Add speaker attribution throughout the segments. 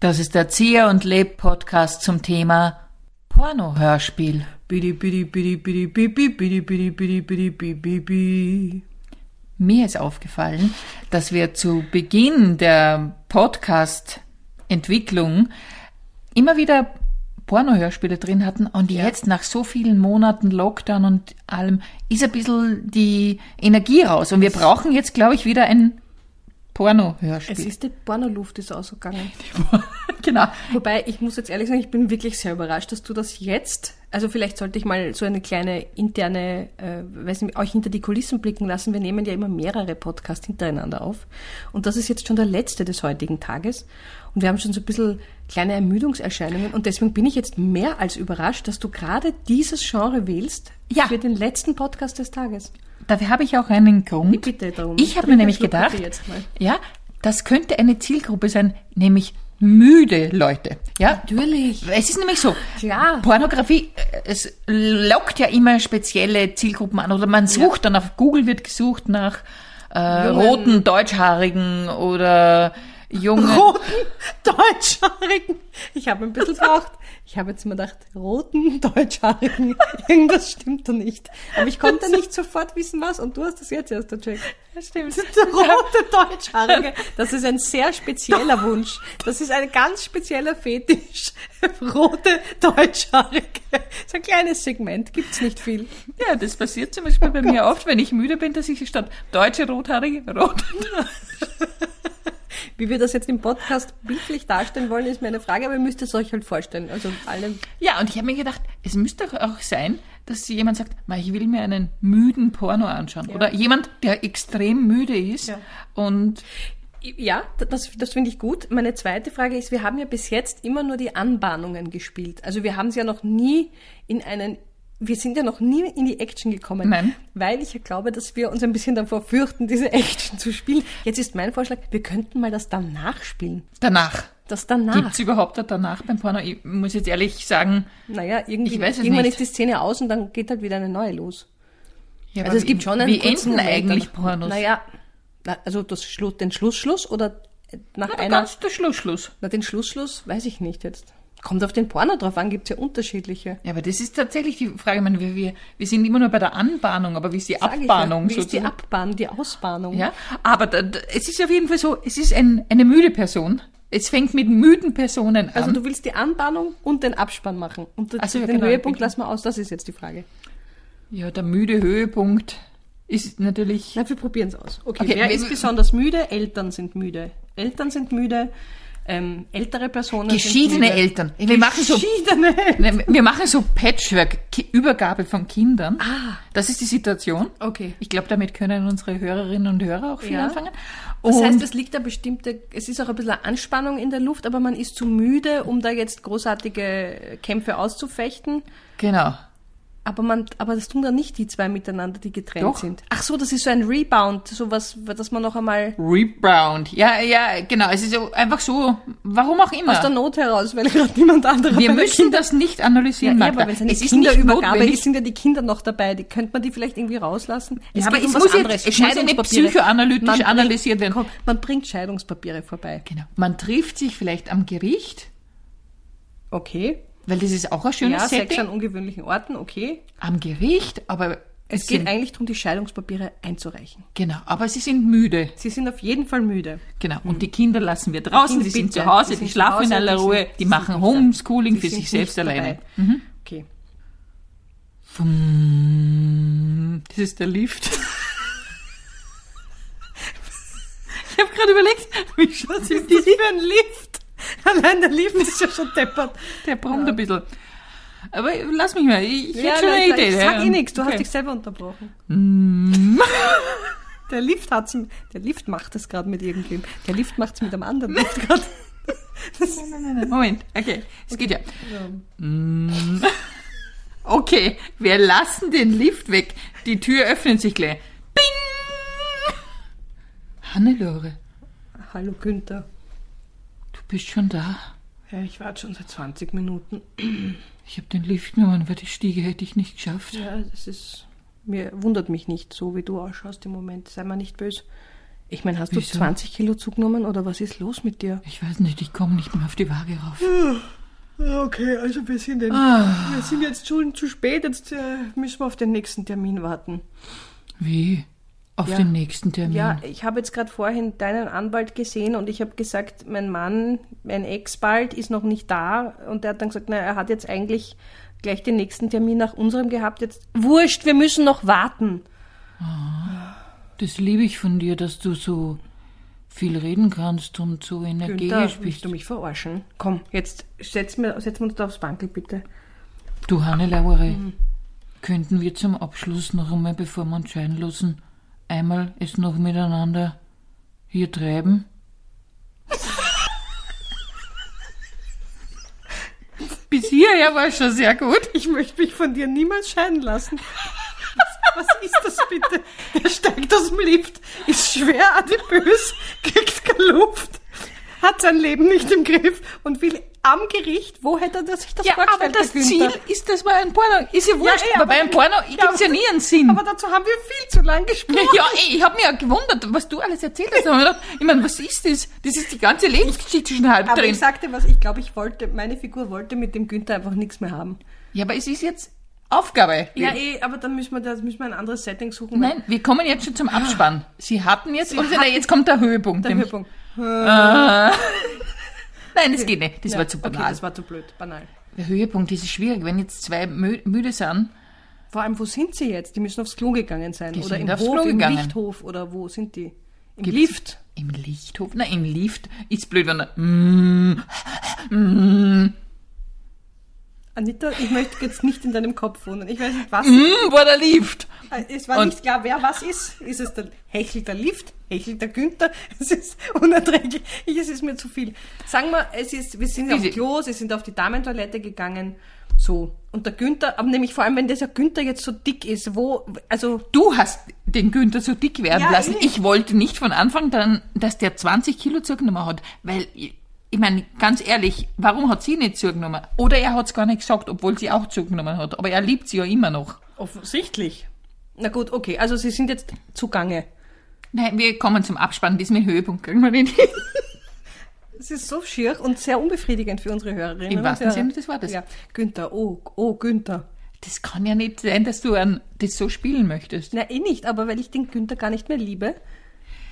Speaker 1: Das ist der Zier und Leb Podcast zum Thema Porno-Hörspiel. Mir ist aufgefallen, dass wir zu Beginn der Podcast-Entwicklung immer wieder Porno-Hörspiele drin hatten und jetzt nach so vielen Monaten Lockdown und allem ist ein bisschen die Energie raus und wir brauchen jetzt, glaube ich, wieder ein
Speaker 2: Es
Speaker 1: Porno-Hörspiel.
Speaker 2: ist die Pornoluft ist ausgegangen.
Speaker 1: Genau.
Speaker 2: Wobei, ich muss jetzt ehrlich sagen, ich bin wirklich sehr überrascht, dass du das jetzt, also vielleicht sollte ich mal so eine kleine interne, äh, weiß nicht, euch hinter die Kulissen blicken lassen. Wir nehmen ja immer mehrere Podcasts hintereinander auf. Und das ist jetzt schon der letzte des heutigen Tages. Und wir haben schon so ein bisschen kleine Ermüdungserscheinungen. Und deswegen bin ich jetzt mehr als überrascht, dass du gerade dieses Genre wählst
Speaker 1: Ja.
Speaker 2: für den letzten Podcast des Tages.
Speaker 1: Dafür habe ich auch einen Grund.
Speaker 2: Ich bitte darum.
Speaker 1: Ich habe
Speaker 2: Trink
Speaker 1: mir nämlich
Speaker 2: einen Schluck
Speaker 1: gedacht,
Speaker 2: Kaffee jetzt mal.
Speaker 1: ja, das könnte eine Zielgruppe sein, nämlich müde Leute. Ja,
Speaker 2: Natürlich.
Speaker 1: es ist nämlich so.
Speaker 2: Klar.
Speaker 1: Pornografie, äh, es lockt ja immer spezielle Zielgruppen an oder man sucht dann auf Google wird gesucht nach äh,
Speaker 2: Jungen.
Speaker 1: roten deutschhaarigen oder jungen
Speaker 2: roten deutschhaarigen. Ich habe ein bisschen gedacht, ich habe jetzt mal gedacht, roten deutschhaarigen. Irgendwas stimmt da nicht. Aber ich konnte nicht sofort wissen, was. Und du hast das jetzt erst gecheckt. Das stimmt. Rote deutschhaarige. Das ist ein sehr spezieller Wunsch. Das ist ein ganz spezieller Fetisch. Rote deutschhaarige. So ein kleines Segment. Gibt's nicht viel.
Speaker 1: Ja, das passiert zum Beispiel bei mir oft, wenn ich müde bin, dass ich statt deutsche rothaarige rote
Speaker 2: Wie wir das jetzt im Podcast bildlich darstellen wollen, ist mir eine Frage, aber ihr müsst es euch halt vorstellen. Also alle
Speaker 1: Ja, und ich habe mir gedacht, es müsste doch auch sein, dass jemand sagt, "Ma, ich will mir einen müden Porno anschauen. Oder jemand, der extrem müde ist.
Speaker 2: Ja.
Speaker 1: Und
Speaker 2: Ja, d- das, das finde ich gut. Meine zweite Frage ist, wir haben ja bis jetzt immer nur die Anbahnungen gespielt. Also wir haben es ja noch nie in einen, wir sind ja noch nie in die Action gekommen.
Speaker 1: Nein.
Speaker 2: Weil ich ja glaube, dass wir uns ein bisschen davor fürchten, diese Action zu spielen. Jetzt ist mein Vorschlag, wir könnten mal das danach spielen.
Speaker 1: danach. gibt's
Speaker 2: Das danach.
Speaker 1: überhaupt ein danach beim Porno? Ich muss jetzt ehrlich sagen,
Speaker 2: Naja, irgendwie,
Speaker 1: Ich weiß es
Speaker 2: irgendwann
Speaker 1: nicht.
Speaker 2: ist die Szene aus und dann geht halt wieder eine neue los.
Speaker 1: ja,
Speaker 2: Also
Speaker 1: aber
Speaker 2: es gibt
Speaker 1: wie-
Speaker 2: schon einen
Speaker 1: Wie enden
Speaker 2: kurzen Moment
Speaker 1: eigentlich
Speaker 2: danach.
Speaker 1: Pornos?
Speaker 2: Naja, na, also das Schluss, den Schlussschluss oder äh,
Speaker 1: Na,
Speaker 2: nach
Speaker 1: der
Speaker 2: einer...
Speaker 1: ganz der Schluss, Schluss.
Speaker 2: Na, den Schlussschluss weiß ich nicht jetzt. Kommt auf den Porno drauf an, gibt's ja unterschiedliche.
Speaker 1: Ja, aber das ist tatsächlich die Frage. Ich meine, wir, wir, wir sind immer nur bei der Anbahnung, aber wie ist die
Speaker 2: Sag ich
Speaker 1: Abbahnung
Speaker 2: ja. Wie ist die
Speaker 1: sozusagen?
Speaker 2: Abbahn, die Ausbahnung?
Speaker 1: Ja, aber da, da, es ist auf jeden Fall so, es ist ein, eine müde Person. Es fängt mit müden Personen an.
Speaker 2: Also du willst die Anbahnung und den Abspann machen. Und
Speaker 1: Ach so, ja,
Speaker 2: den
Speaker 1: genau.
Speaker 2: Höhepunkt lassen wir aus, das ist jetzt die Frage.
Speaker 1: Ja, der müde Höhepunkt ist natürlich.
Speaker 2: Na, wir probieren's aus. Okay,
Speaker 1: Okay,
Speaker 2: wer
Speaker 1: wir-
Speaker 2: ist besonders müde? Eltern sind müde. Eltern sind müde. Ähm, ältere Personen sind
Speaker 1: Geschiedene Also-
Speaker 2: müde.
Speaker 1: Eltern. Wir machen so,
Speaker 2: Geschiedene Eltern.
Speaker 1: ne, wir machen so Patchwork, Ki- Übergabe von Kindern. Ah. Das ist die Situation.
Speaker 2: Okay.
Speaker 1: Ich glaube, damit können unsere Hörerinnen und Hörer auch viel
Speaker 2: Ja.
Speaker 1: anfangen.
Speaker 2: Das
Speaker 1: Und
Speaker 2: heißt, es liegt da bestimmte, es ist auch ein bisschen Anspannung in der Luft, aber man ist zu müde, um da jetzt großartige Kämpfe auszufechten.
Speaker 1: genau.
Speaker 2: Aber man, aber das tun dann nicht die zwei miteinander, die getrennt
Speaker 1: Doch.
Speaker 2: sind. Ach so, das ist so ein Rebound, sowas, dass man noch einmal
Speaker 1: Rebound. Ja, ja, genau. Es ist so, einfach so, warum auch immer.
Speaker 2: aus der Not heraus, weil gerade niemand anderer.
Speaker 1: wir müssen das nicht
Speaker 2: Ja,
Speaker 1: analysieren,
Speaker 2: ja,
Speaker 1: Magda.
Speaker 2: aber wenn es eine
Speaker 1: ist nicht
Speaker 2: Kinderübergabe
Speaker 1: notwendig.
Speaker 2: ist, sind ja die Kinder noch dabei. Die, könnte man die vielleicht irgendwie rauslassen?
Speaker 1: Ja, aber
Speaker 2: geht um
Speaker 1: es muss jetzt, es muss ja nicht
Speaker 2: Scheidungspapiere.
Speaker 1: psychoanalytisch
Speaker 2: Man bringt-
Speaker 1: analysiert werden.
Speaker 2: Komm, Man bringt Scheidungspapiere vorbei.
Speaker 1: Genau. Man trifft sich vielleicht am Gericht,
Speaker 2: Okay.
Speaker 1: weil das ist auch ein
Speaker 2: Ja,
Speaker 1: schönes
Speaker 2: Sex
Speaker 1: Setting.
Speaker 2: an ungewöhnlichen Orten, okay.
Speaker 1: Am Gericht, aber
Speaker 2: Es geht eigentlich darum, die Scheidungspapiere einzureichen.
Speaker 1: Genau, aber sie sind müde.
Speaker 2: Sie sind auf jeden Fall müde.
Speaker 1: Genau. Und die Kinder lassen wir draußen,
Speaker 2: Mhm. Kinder,
Speaker 1: die sind
Speaker 2: bitte.
Speaker 1: zu Hause,
Speaker 2: Die
Speaker 1: die,
Speaker 2: sind zu
Speaker 1: schlafen in
Speaker 2: Hause,
Speaker 1: aller
Speaker 2: die
Speaker 1: Ruhe,
Speaker 2: sind-
Speaker 1: die
Speaker 2: die
Speaker 1: machen
Speaker 2: sind nicht da.
Speaker 1: Homeschooling
Speaker 2: Sie
Speaker 1: für
Speaker 2: sind
Speaker 1: sich selbst
Speaker 2: nicht dabei.
Speaker 1: alleine. Mhm.
Speaker 2: Okay.
Speaker 1: Fumm, Das ist der Lift. ich habe gerade überlegt, wie schaut sich
Speaker 2: Das ist für ein Lift. Allein der Lift ist ja schon deppert.
Speaker 1: Der brummt ein bisschen. Aber lass mich mal, ich hätte schon
Speaker 2: nein,
Speaker 1: eine
Speaker 2: ich
Speaker 1: Idee.
Speaker 2: Sag
Speaker 1: ja.
Speaker 2: eh nichts, du
Speaker 1: Okay.
Speaker 2: hast dich selber unterbrochen. Mm. der Lift hat's, m- der Lift macht es gerade mit irgendwem. Der Lift macht's mit einem anderen Lift gerade.
Speaker 1: Moment, okay, es geht ja. Mm. Okay, wir lassen den Lift weg. Die Tür öffnet sich gleich. Bing! Hannelore,
Speaker 2: Hallo Günther.
Speaker 1: du bist schon da.
Speaker 2: Ja, ich warte schon seit 20 Minuten.
Speaker 1: Ich habe den Lift genommen, weil die Stiege hätte ich nicht geschafft.
Speaker 2: Ja, das ist, mir wundert mich nicht, so wie du ausschaust im Moment. Sei mal nicht böse. Ich meine, hast
Speaker 1: Wieso?
Speaker 2: du 20 Kilo zugenommen oder was ist los mit dir?
Speaker 1: Ich weiß nicht, ich komme nicht mehr auf die Waage rauf.
Speaker 2: Okay, also wir sind, den, wir sind jetzt schon zu spät. Jetzt äh, müssen wir auf den nächsten Termin warten.
Speaker 1: Wie? Auf
Speaker 2: Ja.
Speaker 1: den nächsten Termin?
Speaker 2: Ja, ich habe jetzt gerade vorhin deinen Anwalt gesehen und ich habe gesagt, mein Mann, mein Ex bald, ist noch nicht da. Und der hat dann gesagt, na, er hat jetzt eigentlich gleich den nächsten Termin nach unserem gehabt. Jetzt wurscht, wir müssen noch warten.
Speaker 1: Das liebe ich von dir, dass du so viel reden kannst und so energetisch bist.
Speaker 2: willst du mich verarschen? Komm, jetzt setzen wir, setzen wir uns da aufs Bankel, bitte.
Speaker 1: Du, Hanne Laure, könnten wir zum Abschluss noch einmal, bevor wir uns scheiden lassen, einmal es noch miteinander hier treiben? Bis hierher war es schon sehr gut.
Speaker 2: Ich möchte mich von dir niemals scheiden lassen. Was, was ist das bitte? Der steigt aus dem Lift, ist schwer adipös, kriegt keine Luft, hat sein Leben nicht im Griff und will am Gericht, wo hätte er sich das
Speaker 1: Ja,
Speaker 2: vorgestellt?
Speaker 1: aber das
Speaker 2: Herr Günther?
Speaker 1: Ziel ist, dass man ein Porno. Ist ja wurscht,
Speaker 2: eh,
Speaker 1: aber
Speaker 2: aber-
Speaker 1: bei einem Porno gibt es ja nie einen Sinn.
Speaker 2: Aber dazu haben wir viel zu lang gesprochen.
Speaker 1: Ja, ey, ich habe mir ja gewundert, was du alles erzählt hast. Und ich, gedacht, ich meine, was ist das? Das ist die ganze Lebensgeschichte schon halb
Speaker 2: Aber
Speaker 1: drin.
Speaker 2: ich sagte was, ich glaube, ich wollte, meine Figur wollte mit dem Günther einfach nichts mehr haben.
Speaker 1: ja, aber es ist jetzt Aufgabe.
Speaker 2: Ja, eh, aber dann müssen wir, das müssen wir ein anderes Setting suchen. weil
Speaker 1: Nein, wir kommen jetzt schon zum Abspann. Sie hatten jetzt, und
Speaker 2: Ah. hatten-
Speaker 1: jetzt kommt der Höhepunkt.
Speaker 2: Der
Speaker 1: nämlich-
Speaker 2: Höhepunkt.
Speaker 1: Nein, das geht nicht. Das war zu
Speaker 2: okay,
Speaker 1: banal.
Speaker 2: das war zu blöd, banal.
Speaker 1: der Höhepunkt ist schwierig, wenn jetzt zwei mü müde sind.
Speaker 2: Vor allem, wo sind sie jetzt? Die müssen aufs Klo gegangen sein.
Speaker 1: Die
Speaker 2: oder
Speaker 1: sind
Speaker 2: im
Speaker 1: aufs
Speaker 2: Hof,
Speaker 1: Klo
Speaker 2: im
Speaker 1: gegangen.
Speaker 2: Lichthof oder wo sind die? Im
Speaker 1: Gibt's-
Speaker 2: Lift.
Speaker 1: Im Lichthof? Na, im Lift ist blöd, wenn er. Mm, mm,
Speaker 2: Anita, ich möchte jetzt nicht in deinem Kopf wohnen. Ich weiß nicht, was.
Speaker 1: mm, war der Lift.
Speaker 2: Es war
Speaker 1: Und-
Speaker 2: nicht klar, wer was ist. Ist es der Hechelt der Lift? Hechelt der Günther? Es ist unerträglich. Ich, es ist mir zu viel. Sagen wir, es ist, wir sind auf
Speaker 1: Easy.
Speaker 2: Klo, sie sind auf die Damentoilette gegangen. So. Und der Günther, aber nämlich vor allem, wenn dieser Günther jetzt so dick ist, wo, also,
Speaker 1: Du hast den Günther so dick werden
Speaker 2: Ja,
Speaker 1: lassen.
Speaker 2: eh.
Speaker 1: Ich wollte nicht von Anfang dann, dass der 20 Kilo zugenommen hat, weil ich ich meine, ganz ehrlich, warum hat sie nicht zugenommen? Oder er hat es gar nicht gesagt, obwohl sie auch zugenommen hat. Aber er liebt sie ja immer noch.
Speaker 2: offensichtlich. Na gut, okay, also sie sind jetzt zugange.
Speaker 1: Nein, wir kommen zum Abspann, bis mit Höhepunkt kriegen wir nicht hin.
Speaker 2: Es ist so schier und sehr unbefriedigend für unsere Hörerinnen.
Speaker 1: Im wahrsten
Speaker 2: und Hörer.
Speaker 1: Sinne des Wortes.
Speaker 2: Ja, Günther, oh, oh, Günther.
Speaker 1: Das kann ja nicht sein, dass du an, das so spielen möchtest.
Speaker 2: Na, eh nicht, aber weil ich den Günther gar nicht mehr liebe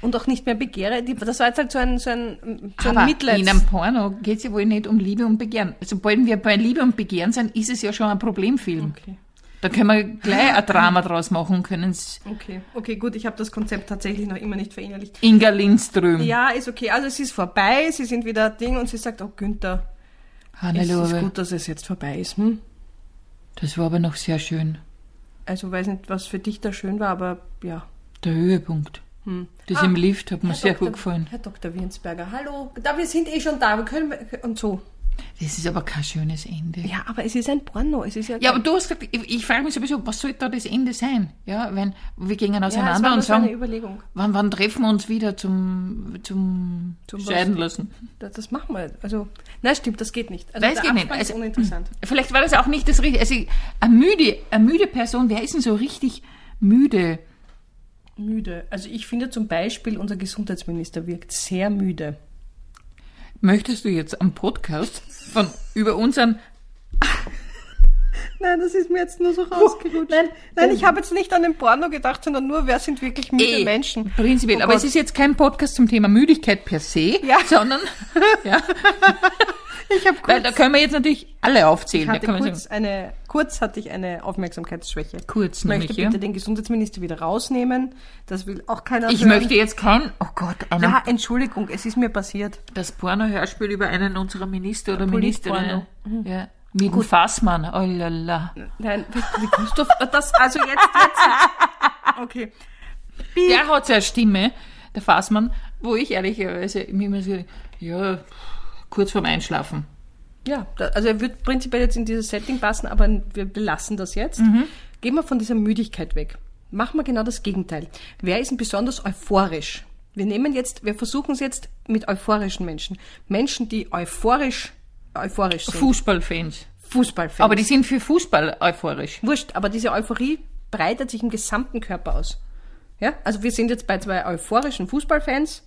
Speaker 2: und auch nicht mehr begehre. Die- Das war jetzt halt so ein, so ein, so ein
Speaker 1: Aber in einem
Speaker 2: Mitleid.
Speaker 1: Porno geht es ja wohl nicht um Liebe und Begehren. Sobald wir bei Liebe und Begehren sind, ist es ja schon ein Problemfilm.
Speaker 2: Okay.
Speaker 1: Da können wir gleich ein Drama draus machen können.
Speaker 2: Okay, okay, gut, ich habe das Konzept tatsächlich noch immer nicht verinnerlicht.
Speaker 1: Inga Lindström.
Speaker 2: Ja, ist okay. Also es ist vorbei, sie sind wieder Ding und sie sagt, oh Günther,
Speaker 1: Ah,
Speaker 2: es ist
Speaker 1: Hannelore,
Speaker 2: gut, dass es jetzt vorbei ist. Hm?
Speaker 1: das war aber noch sehr schön.
Speaker 2: Also weiß nicht, was für dich da schön war, aber ja.
Speaker 1: Der Höhepunkt.
Speaker 2: Hm.
Speaker 1: Das
Speaker 2: Ah.
Speaker 1: im Lift hat mir sehr gut gefallen.
Speaker 2: Herr Dr. Wiensberger, hallo. Da, wir sind eh schon da, wir können und so.
Speaker 1: Das ist aber kein schönes Ende.
Speaker 2: Ja, aber es ist ein Porno, es ist ja
Speaker 1: Ja, aber du hast gesagt, ich, ich frage mich sowieso, was soll da das Ende sein? Ja, wenn wir gehen
Speaker 2: Ja, es
Speaker 1: auseinander
Speaker 2: war
Speaker 1: und
Speaker 2: nur so eine
Speaker 1: sagen,
Speaker 2: Überlegung.
Speaker 1: wann, wann treffen wir uns wieder zum, zum,
Speaker 2: Zum
Speaker 1: Scheiden lassen?
Speaker 2: Das, das machen wir. Also, nein, stimmt, das geht nicht. Also,
Speaker 1: Nein, es
Speaker 2: der
Speaker 1: geht nicht.
Speaker 2: Abspann
Speaker 1: Also-
Speaker 2: ist uninteressant.
Speaker 1: Vielleicht war das auch nicht das Richtige. Also, eine müde, eine müde Person, wer ist denn so richtig müde?
Speaker 2: Müde. Also ich finde zum Beispiel, unser Gesundheitsminister wirkt sehr müde.
Speaker 1: Möchtest du jetzt am Podcast von über unseren
Speaker 2: Nein, das ist mir jetzt nur so rausgerutscht. Nein, nein ich habe jetzt nicht an den Porno gedacht, sondern nur, wer sind wirklich müde
Speaker 1: Eh,
Speaker 2: Menschen?
Speaker 1: Prinzipiell,
Speaker 2: Oh
Speaker 1: aber
Speaker 2: Gott.
Speaker 1: es ist jetzt kein Podcast zum Thema Müdigkeit per se,
Speaker 2: Ja.
Speaker 1: sondern ja,
Speaker 2: Ich habe kurz,
Speaker 1: weil da können wir jetzt natürlich alle aufzählen. Da
Speaker 2: hatte
Speaker 1: können wir
Speaker 2: kurz,
Speaker 1: sagen,
Speaker 2: eine, kurz hatte ich eine Aufmerksamkeitsschwäche.
Speaker 1: Kurz
Speaker 2: ich möchte
Speaker 1: nämlich, ja.
Speaker 2: bitte den Gesundheitsminister wieder rausnehmen. Das will auch keiner
Speaker 1: ich
Speaker 2: hören.
Speaker 1: möchte jetzt kein, oh Gott, einem,
Speaker 2: Ja, Entschuldigung, es ist mir passiert.
Speaker 1: das Porno-Hörspiel über einen unserer Minister oder Ministerinnen.
Speaker 2: Politporno.
Speaker 1: Ja. Mit dem Fassmann, oh la la.
Speaker 2: Nein, wie kommst du auf das? Also jetzt, jetzt. Okay.
Speaker 1: Der hat so eine Stimme, der Fassmann, wo ich ehrlicherweise mir immer so, ja, kurz vorm Einschlafen.
Speaker 2: Ja, da, also er wird prinzipiell jetzt in dieses Setting passen, aber wir belassen das jetzt. Gehen wir von dieser Müdigkeit weg. Machen wir genau das Gegenteil. Wer ist denn besonders euphorisch? Wir nehmen jetzt, wir versuchen es jetzt mit euphorischen Menschen. Menschen, die euphorisch, euphorisch sind.
Speaker 1: Fußballfans.
Speaker 2: Fußballfans.
Speaker 1: Aber die sind für Fußball euphorisch.
Speaker 2: Wurscht, aber diese Euphorie breitet sich im gesamten Körper aus. Ja? Also wir sind jetzt bei zwei euphorischen Fußballfans,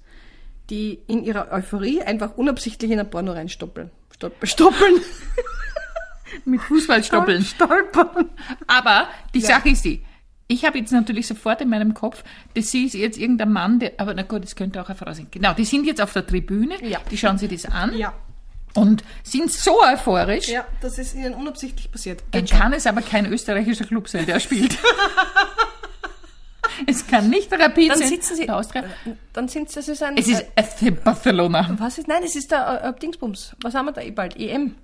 Speaker 2: die in ihrer Euphorie einfach unabsichtlich in ein Porno reinstoppeln. Stopp, stoppeln.
Speaker 1: Mit Fußballstoppeln.
Speaker 2: Stolpern.
Speaker 1: Aber die Sache ist die, ich habe jetzt natürlich sofort in meinem Kopf, das ist jetzt irgendein Mann, der, aber na gut, es könnte auch eine Frau sein. Genau, die sind jetzt auf der Tribüne,
Speaker 2: Ja.
Speaker 1: die schauen sich das an
Speaker 2: Ja.
Speaker 1: und sind so euphorisch,
Speaker 2: Ja, das ist ihnen unabsichtlich passiert.
Speaker 1: dann kann es aber kein österreichischer Club sein, der spielt. es kann nicht Rapid
Speaker 2: Dann
Speaker 1: sein.
Speaker 2: sitzen sie-
Speaker 1: der Austria.
Speaker 2: Dann sind das ist ein. äh,
Speaker 1: Es ist FC Barcelona.
Speaker 2: was ist? Nein, es ist der äh, Dingsbums. Was haben wir da eh bald? EM.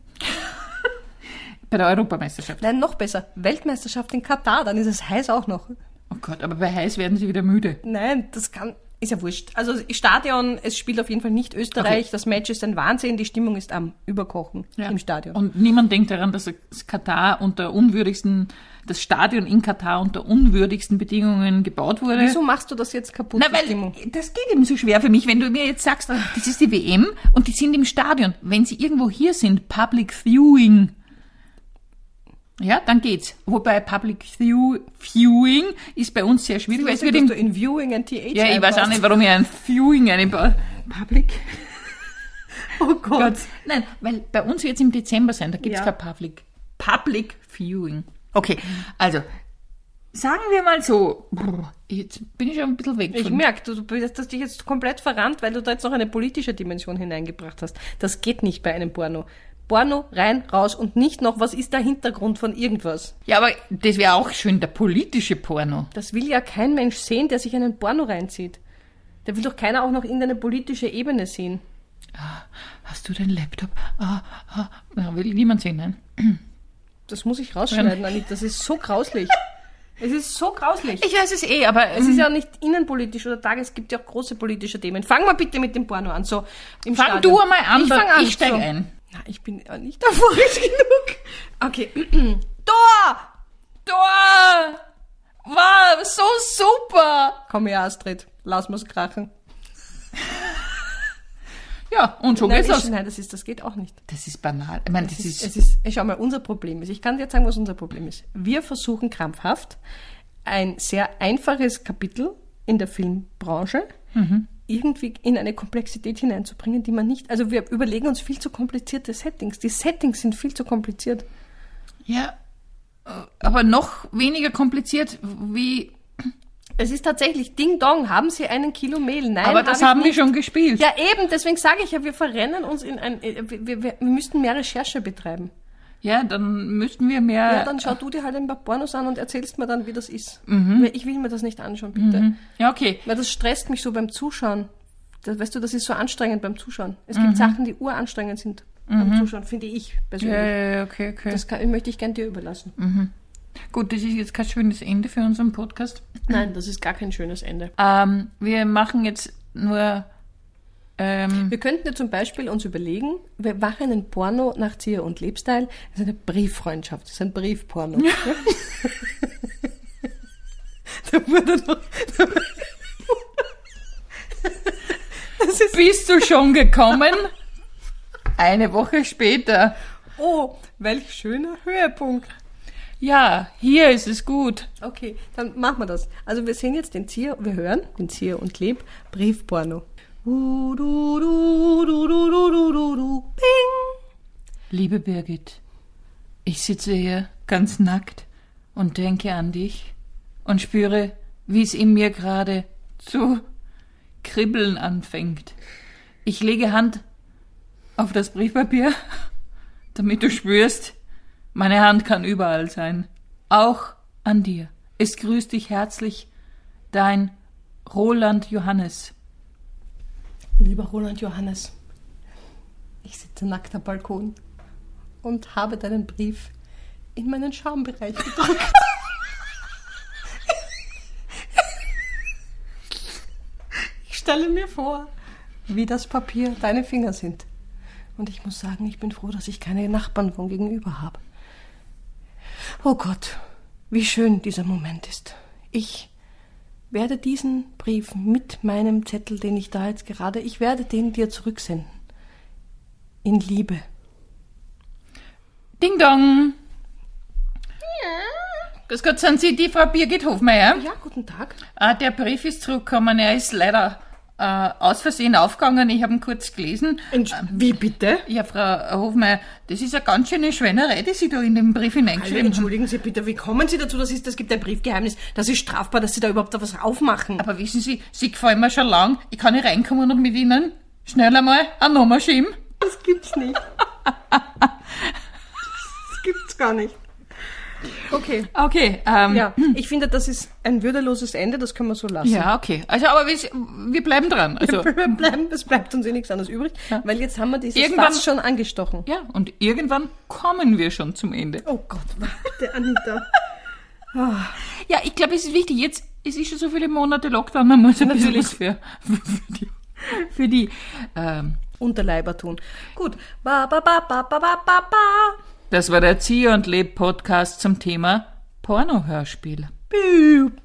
Speaker 1: Bei der Europameisterschaft.
Speaker 2: Nein, noch besser. Weltmeisterschaft in Katar. Dann ist es heiß auch noch.
Speaker 1: Oh Gott, aber bei Heiß werden sie wieder müde.
Speaker 2: Nein, das kann. Ist ja wurscht. Also Stadion, es spielt auf jeden Fall nicht Österreich. Das Match ist ein Wahnsinn. Die Stimmung ist am Überkochen im Stadion.
Speaker 1: Und niemand denkt daran, dass das Katar unter unwürdigsten, das Stadion in Katar unter unwürdigsten Bedingungen gebaut wurde.
Speaker 2: Wieso machst du das jetzt kaputt?
Speaker 1: Na,
Speaker 2: die
Speaker 1: weil
Speaker 2: Stimmung?
Speaker 1: das geht eben so schwer für mich, wenn du mir jetzt sagst, das ist die WM und die sind im Stadion. Wenn sie irgendwo hier sind, Public Viewing, ja, dann geht's. Wobei Public View, Viewing ist bei uns sehr schwierig, weil es
Speaker 2: Lustig,
Speaker 1: wird
Speaker 2: dass
Speaker 1: im
Speaker 2: du in Viewing ein TH
Speaker 1: ja, ich weiß auch
Speaker 2: einbaust.
Speaker 1: nicht, warum ich ein Viewing einbaue. Public?
Speaker 2: Oh Gott.
Speaker 1: Gott. Nein, weil bei uns wird es im Dezember sein, da gibt es
Speaker 2: Ja.
Speaker 1: kein Public. Public Viewing. Okay, also sagen wir mal so, brr, jetzt bin ich schon ein bisschen weg.
Speaker 2: Ich
Speaker 1: von-
Speaker 2: merke, du, du hast dich jetzt komplett verrannt, weil du da jetzt noch eine politische Dimension hineingebracht hast. Das geht nicht bei einem Porno. Porno, rein, raus und nicht noch, was ist der Hintergrund von irgendwas?
Speaker 1: ja, aber das wäre auch schön, der politische Porno.
Speaker 2: Das will ja kein Mensch sehen, der sich einen Porno reinzieht. Da will doch keiner auch noch irgendeine politische Ebene sehen.
Speaker 1: Hast du den Laptop? Ah, ah, na, will niemand sehen, nein?
Speaker 2: Das muss ich rausschneiden, Anita. Das ist so grauslich. es ist so grauslich.
Speaker 1: Ich weiß es eh, aber
Speaker 2: Es ist ja auch nicht innenpolitisch oder Tag, es gibt ja auch große politische Themen. Fang mal bitte mit dem Porno an. So, im
Speaker 1: Fang
Speaker 2: Stadion.
Speaker 1: du einmal an,
Speaker 2: ich
Speaker 1: dann-
Speaker 2: fang an.
Speaker 1: ich steig
Speaker 2: so.
Speaker 1: ein.
Speaker 2: Na, ich bin äh, nicht euphorisch genug. Okay. Tor!
Speaker 1: Tor! Wow, so super!
Speaker 2: Komm her, Astrid. Lass mal's krachen.
Speaker 1: Ja, und so
Speaker 2: nein,
Speaker 1: geht's
Speaker 2: ich,
Speaker 1: los.
Speaker 2: nein, das ist, das geht auch nicht.
Speaker 1: Das ist banal. Ich meine, das ist,
Speaker 2: Es ist, ich schau mal, unser Problem ist, ich kann dir jetzt sagen, was unser Problem ist. Wir versuchen krampfhaft, ein sehr einfaches Kapitel in der Filmbranche
Speaker 1: Mhm.
Speaker 2: irgendwie in eine Komplexität hineinzubringen, die man nicht, also wir überlegen uns viel zu komplizierte Settings. Die Settings sind viel zu kompliziert.
Speaker 1: ja, äh, aber noch weniger kompliziert wie...
Speaker 2: Es ist tatsächlich Ding Dong, haben Sie einen Kilo Mehl? Nein,
Speaker 1: aber das
Speaker 2: hab ich
Speaker 1: haben wir schon gespielt.
Speaker 2: Ja, eben, deswegen sage ich ja, wir verrennen uns in ein. äh, Wir, wir, wir müssten mehr Recherche betreiben.
Speaker 1: Ja, dann müssten wir mehr...
Speaker 2: Ja, dann schau du dir halt ein paar Pornos an und erzählst mir dann, wie das ist.
Speaker 1: mhm.
Speaker 2: Weil Ich will mir das nicht anschauen, bitte.
Speaker 1: ja okay.
Speaker 2: Weil das stresst mich so beim Zuschauen. Das, weißt du, das ist so anstrengend beim Zuschauen. Es
Speaker 1: Mhm.
Speaker 2: gibt Sachen, die uranstrengend sind beim Zuschauen, finde ich persönlich.
Speaker 1: Ja, Mhm. okay, okay.
Speaker 2: Das kann, möchte ich gern dir überlassen.
Speaker 1: Gut, das ist jetzt kein schönes Ende für unseren Podcast.
Speaker 2: Nein, das ist gar kein schönes Ende.
Speaker 1: Ähm, wir machen jetzt nur... Ähm,
Speaker 2: Wir könnten ja zum Beispiel uns überlegen, wir machen einen Porno nach Zier und Lebstyle. Das ist eine Brieffreundschaft, das ist ein Briefporno. da wurde noch. Das ist,
Speaker 1: Bist du schon gekommen? Eine Woche später.
Speaker 2: oh, welch schöner Höhepunkt.
Speaker 1: Ja, hier ist es gut.
Speaker 2: Okay, dann machen wir das. Also wir sehen jetzt den Zier, wir hören den Zier und Leb Briefporno. Du, du, du, du, du, du, du, du, du, ping.
Speaker 1: Liebe Birgit, ich sitze hier ganz nackt und denke an dich und spüre, wie es in mir gerade zu kribbeln anfängt. Ich lege Hand auf das Briefpapier, damit du spürst, meine Hand kann überall sein. Auch an dir. Es grüßt dich herzlich dein Roland Johannes.
Speaker 2: Lieber Roland Johannes, ich sitze nackt am Balkon und habe deinen Brief in meinen Schambereich gedrückt. ich stelle mir vor, wie das Papier deine Finger sind. Und ich muss sagen, ich bin froh, dass ich keine Nachbarn von gegenüber habe. Oh Gott, wie schön dieser Moment ist. Ich werde diesen Brief mit meinem Zettel, den ich da jetzt gerade, ich werde den dir zurücksenden. In Liebe.
Speaker 1: Ding dong! Grüß Gott, sind Sie die Frau Birgit Hofmeier?
Speaker 2: Ja, guten Tag.
Speaker 1: Ah, der Brief ist zurückgekommen. Er ist leider äh, aus Versehen aufgegangen. Ich habe ihn kurz gelesen.
Speaker 2: Entsch wie bitte?
Speaker 1: Ja, Frau Hofmeier, das ist eine ganz schöne Schweinerei, die Sie da in den Brief
Speaker 2: Hallo,
Speaker 1: hineingeschrieben haben.
Speaker 2: entschuldigen Sie bitte, wie kommen Sie dazu? Das ist, das gibt ein Briefgeheimnis. Das ist strafbar, dass Sie da überhaupt was aufmachen.
Speaker 1: Aber wissen Sie, Sie gefallen mir schon lang. Ich kann nicht reinkommen und mit Ihnen schnell einmal eine Nummer schieben.
Speaker 2: Das gibt's nicht. Das gibt's gar nicht. Okay.
Speaker 1: Okay, ähm,
Speaker 2: Ja, ich finde, das ist ein würdeloses Ende, das können wir so lassen.
Speaker 1: ja, okay. Also, aber wir, wir bleiben dran. Also,
Speaker 2: Wir bleiben, es bleibt uns eh nichts anderes übrig, weil jetzt haben wir dieses
Speaker 1: Irgendwann-
Speaker 2: Fass schon angestochen.
Speaker 1: ja, und irgendwann kommen wir schon zum Ende.
Speaker 2: Oh Gott, warte, Anita.
Speaker 1: Ja, ich glaube, es ist wichtig. Jetzt, es ist schon so viele Monate Lockdown, man muss ein bisschen was für, für die, für die ähm,
Speaker 2: Unterleiber tun. Gut. Ba, ba, ba, ba, ba, ba, ba, ba.
Speaker 1: Das war der Zieh und Leb Podcast zum Thema Pornohörspiel.
Speaker 2: Piep.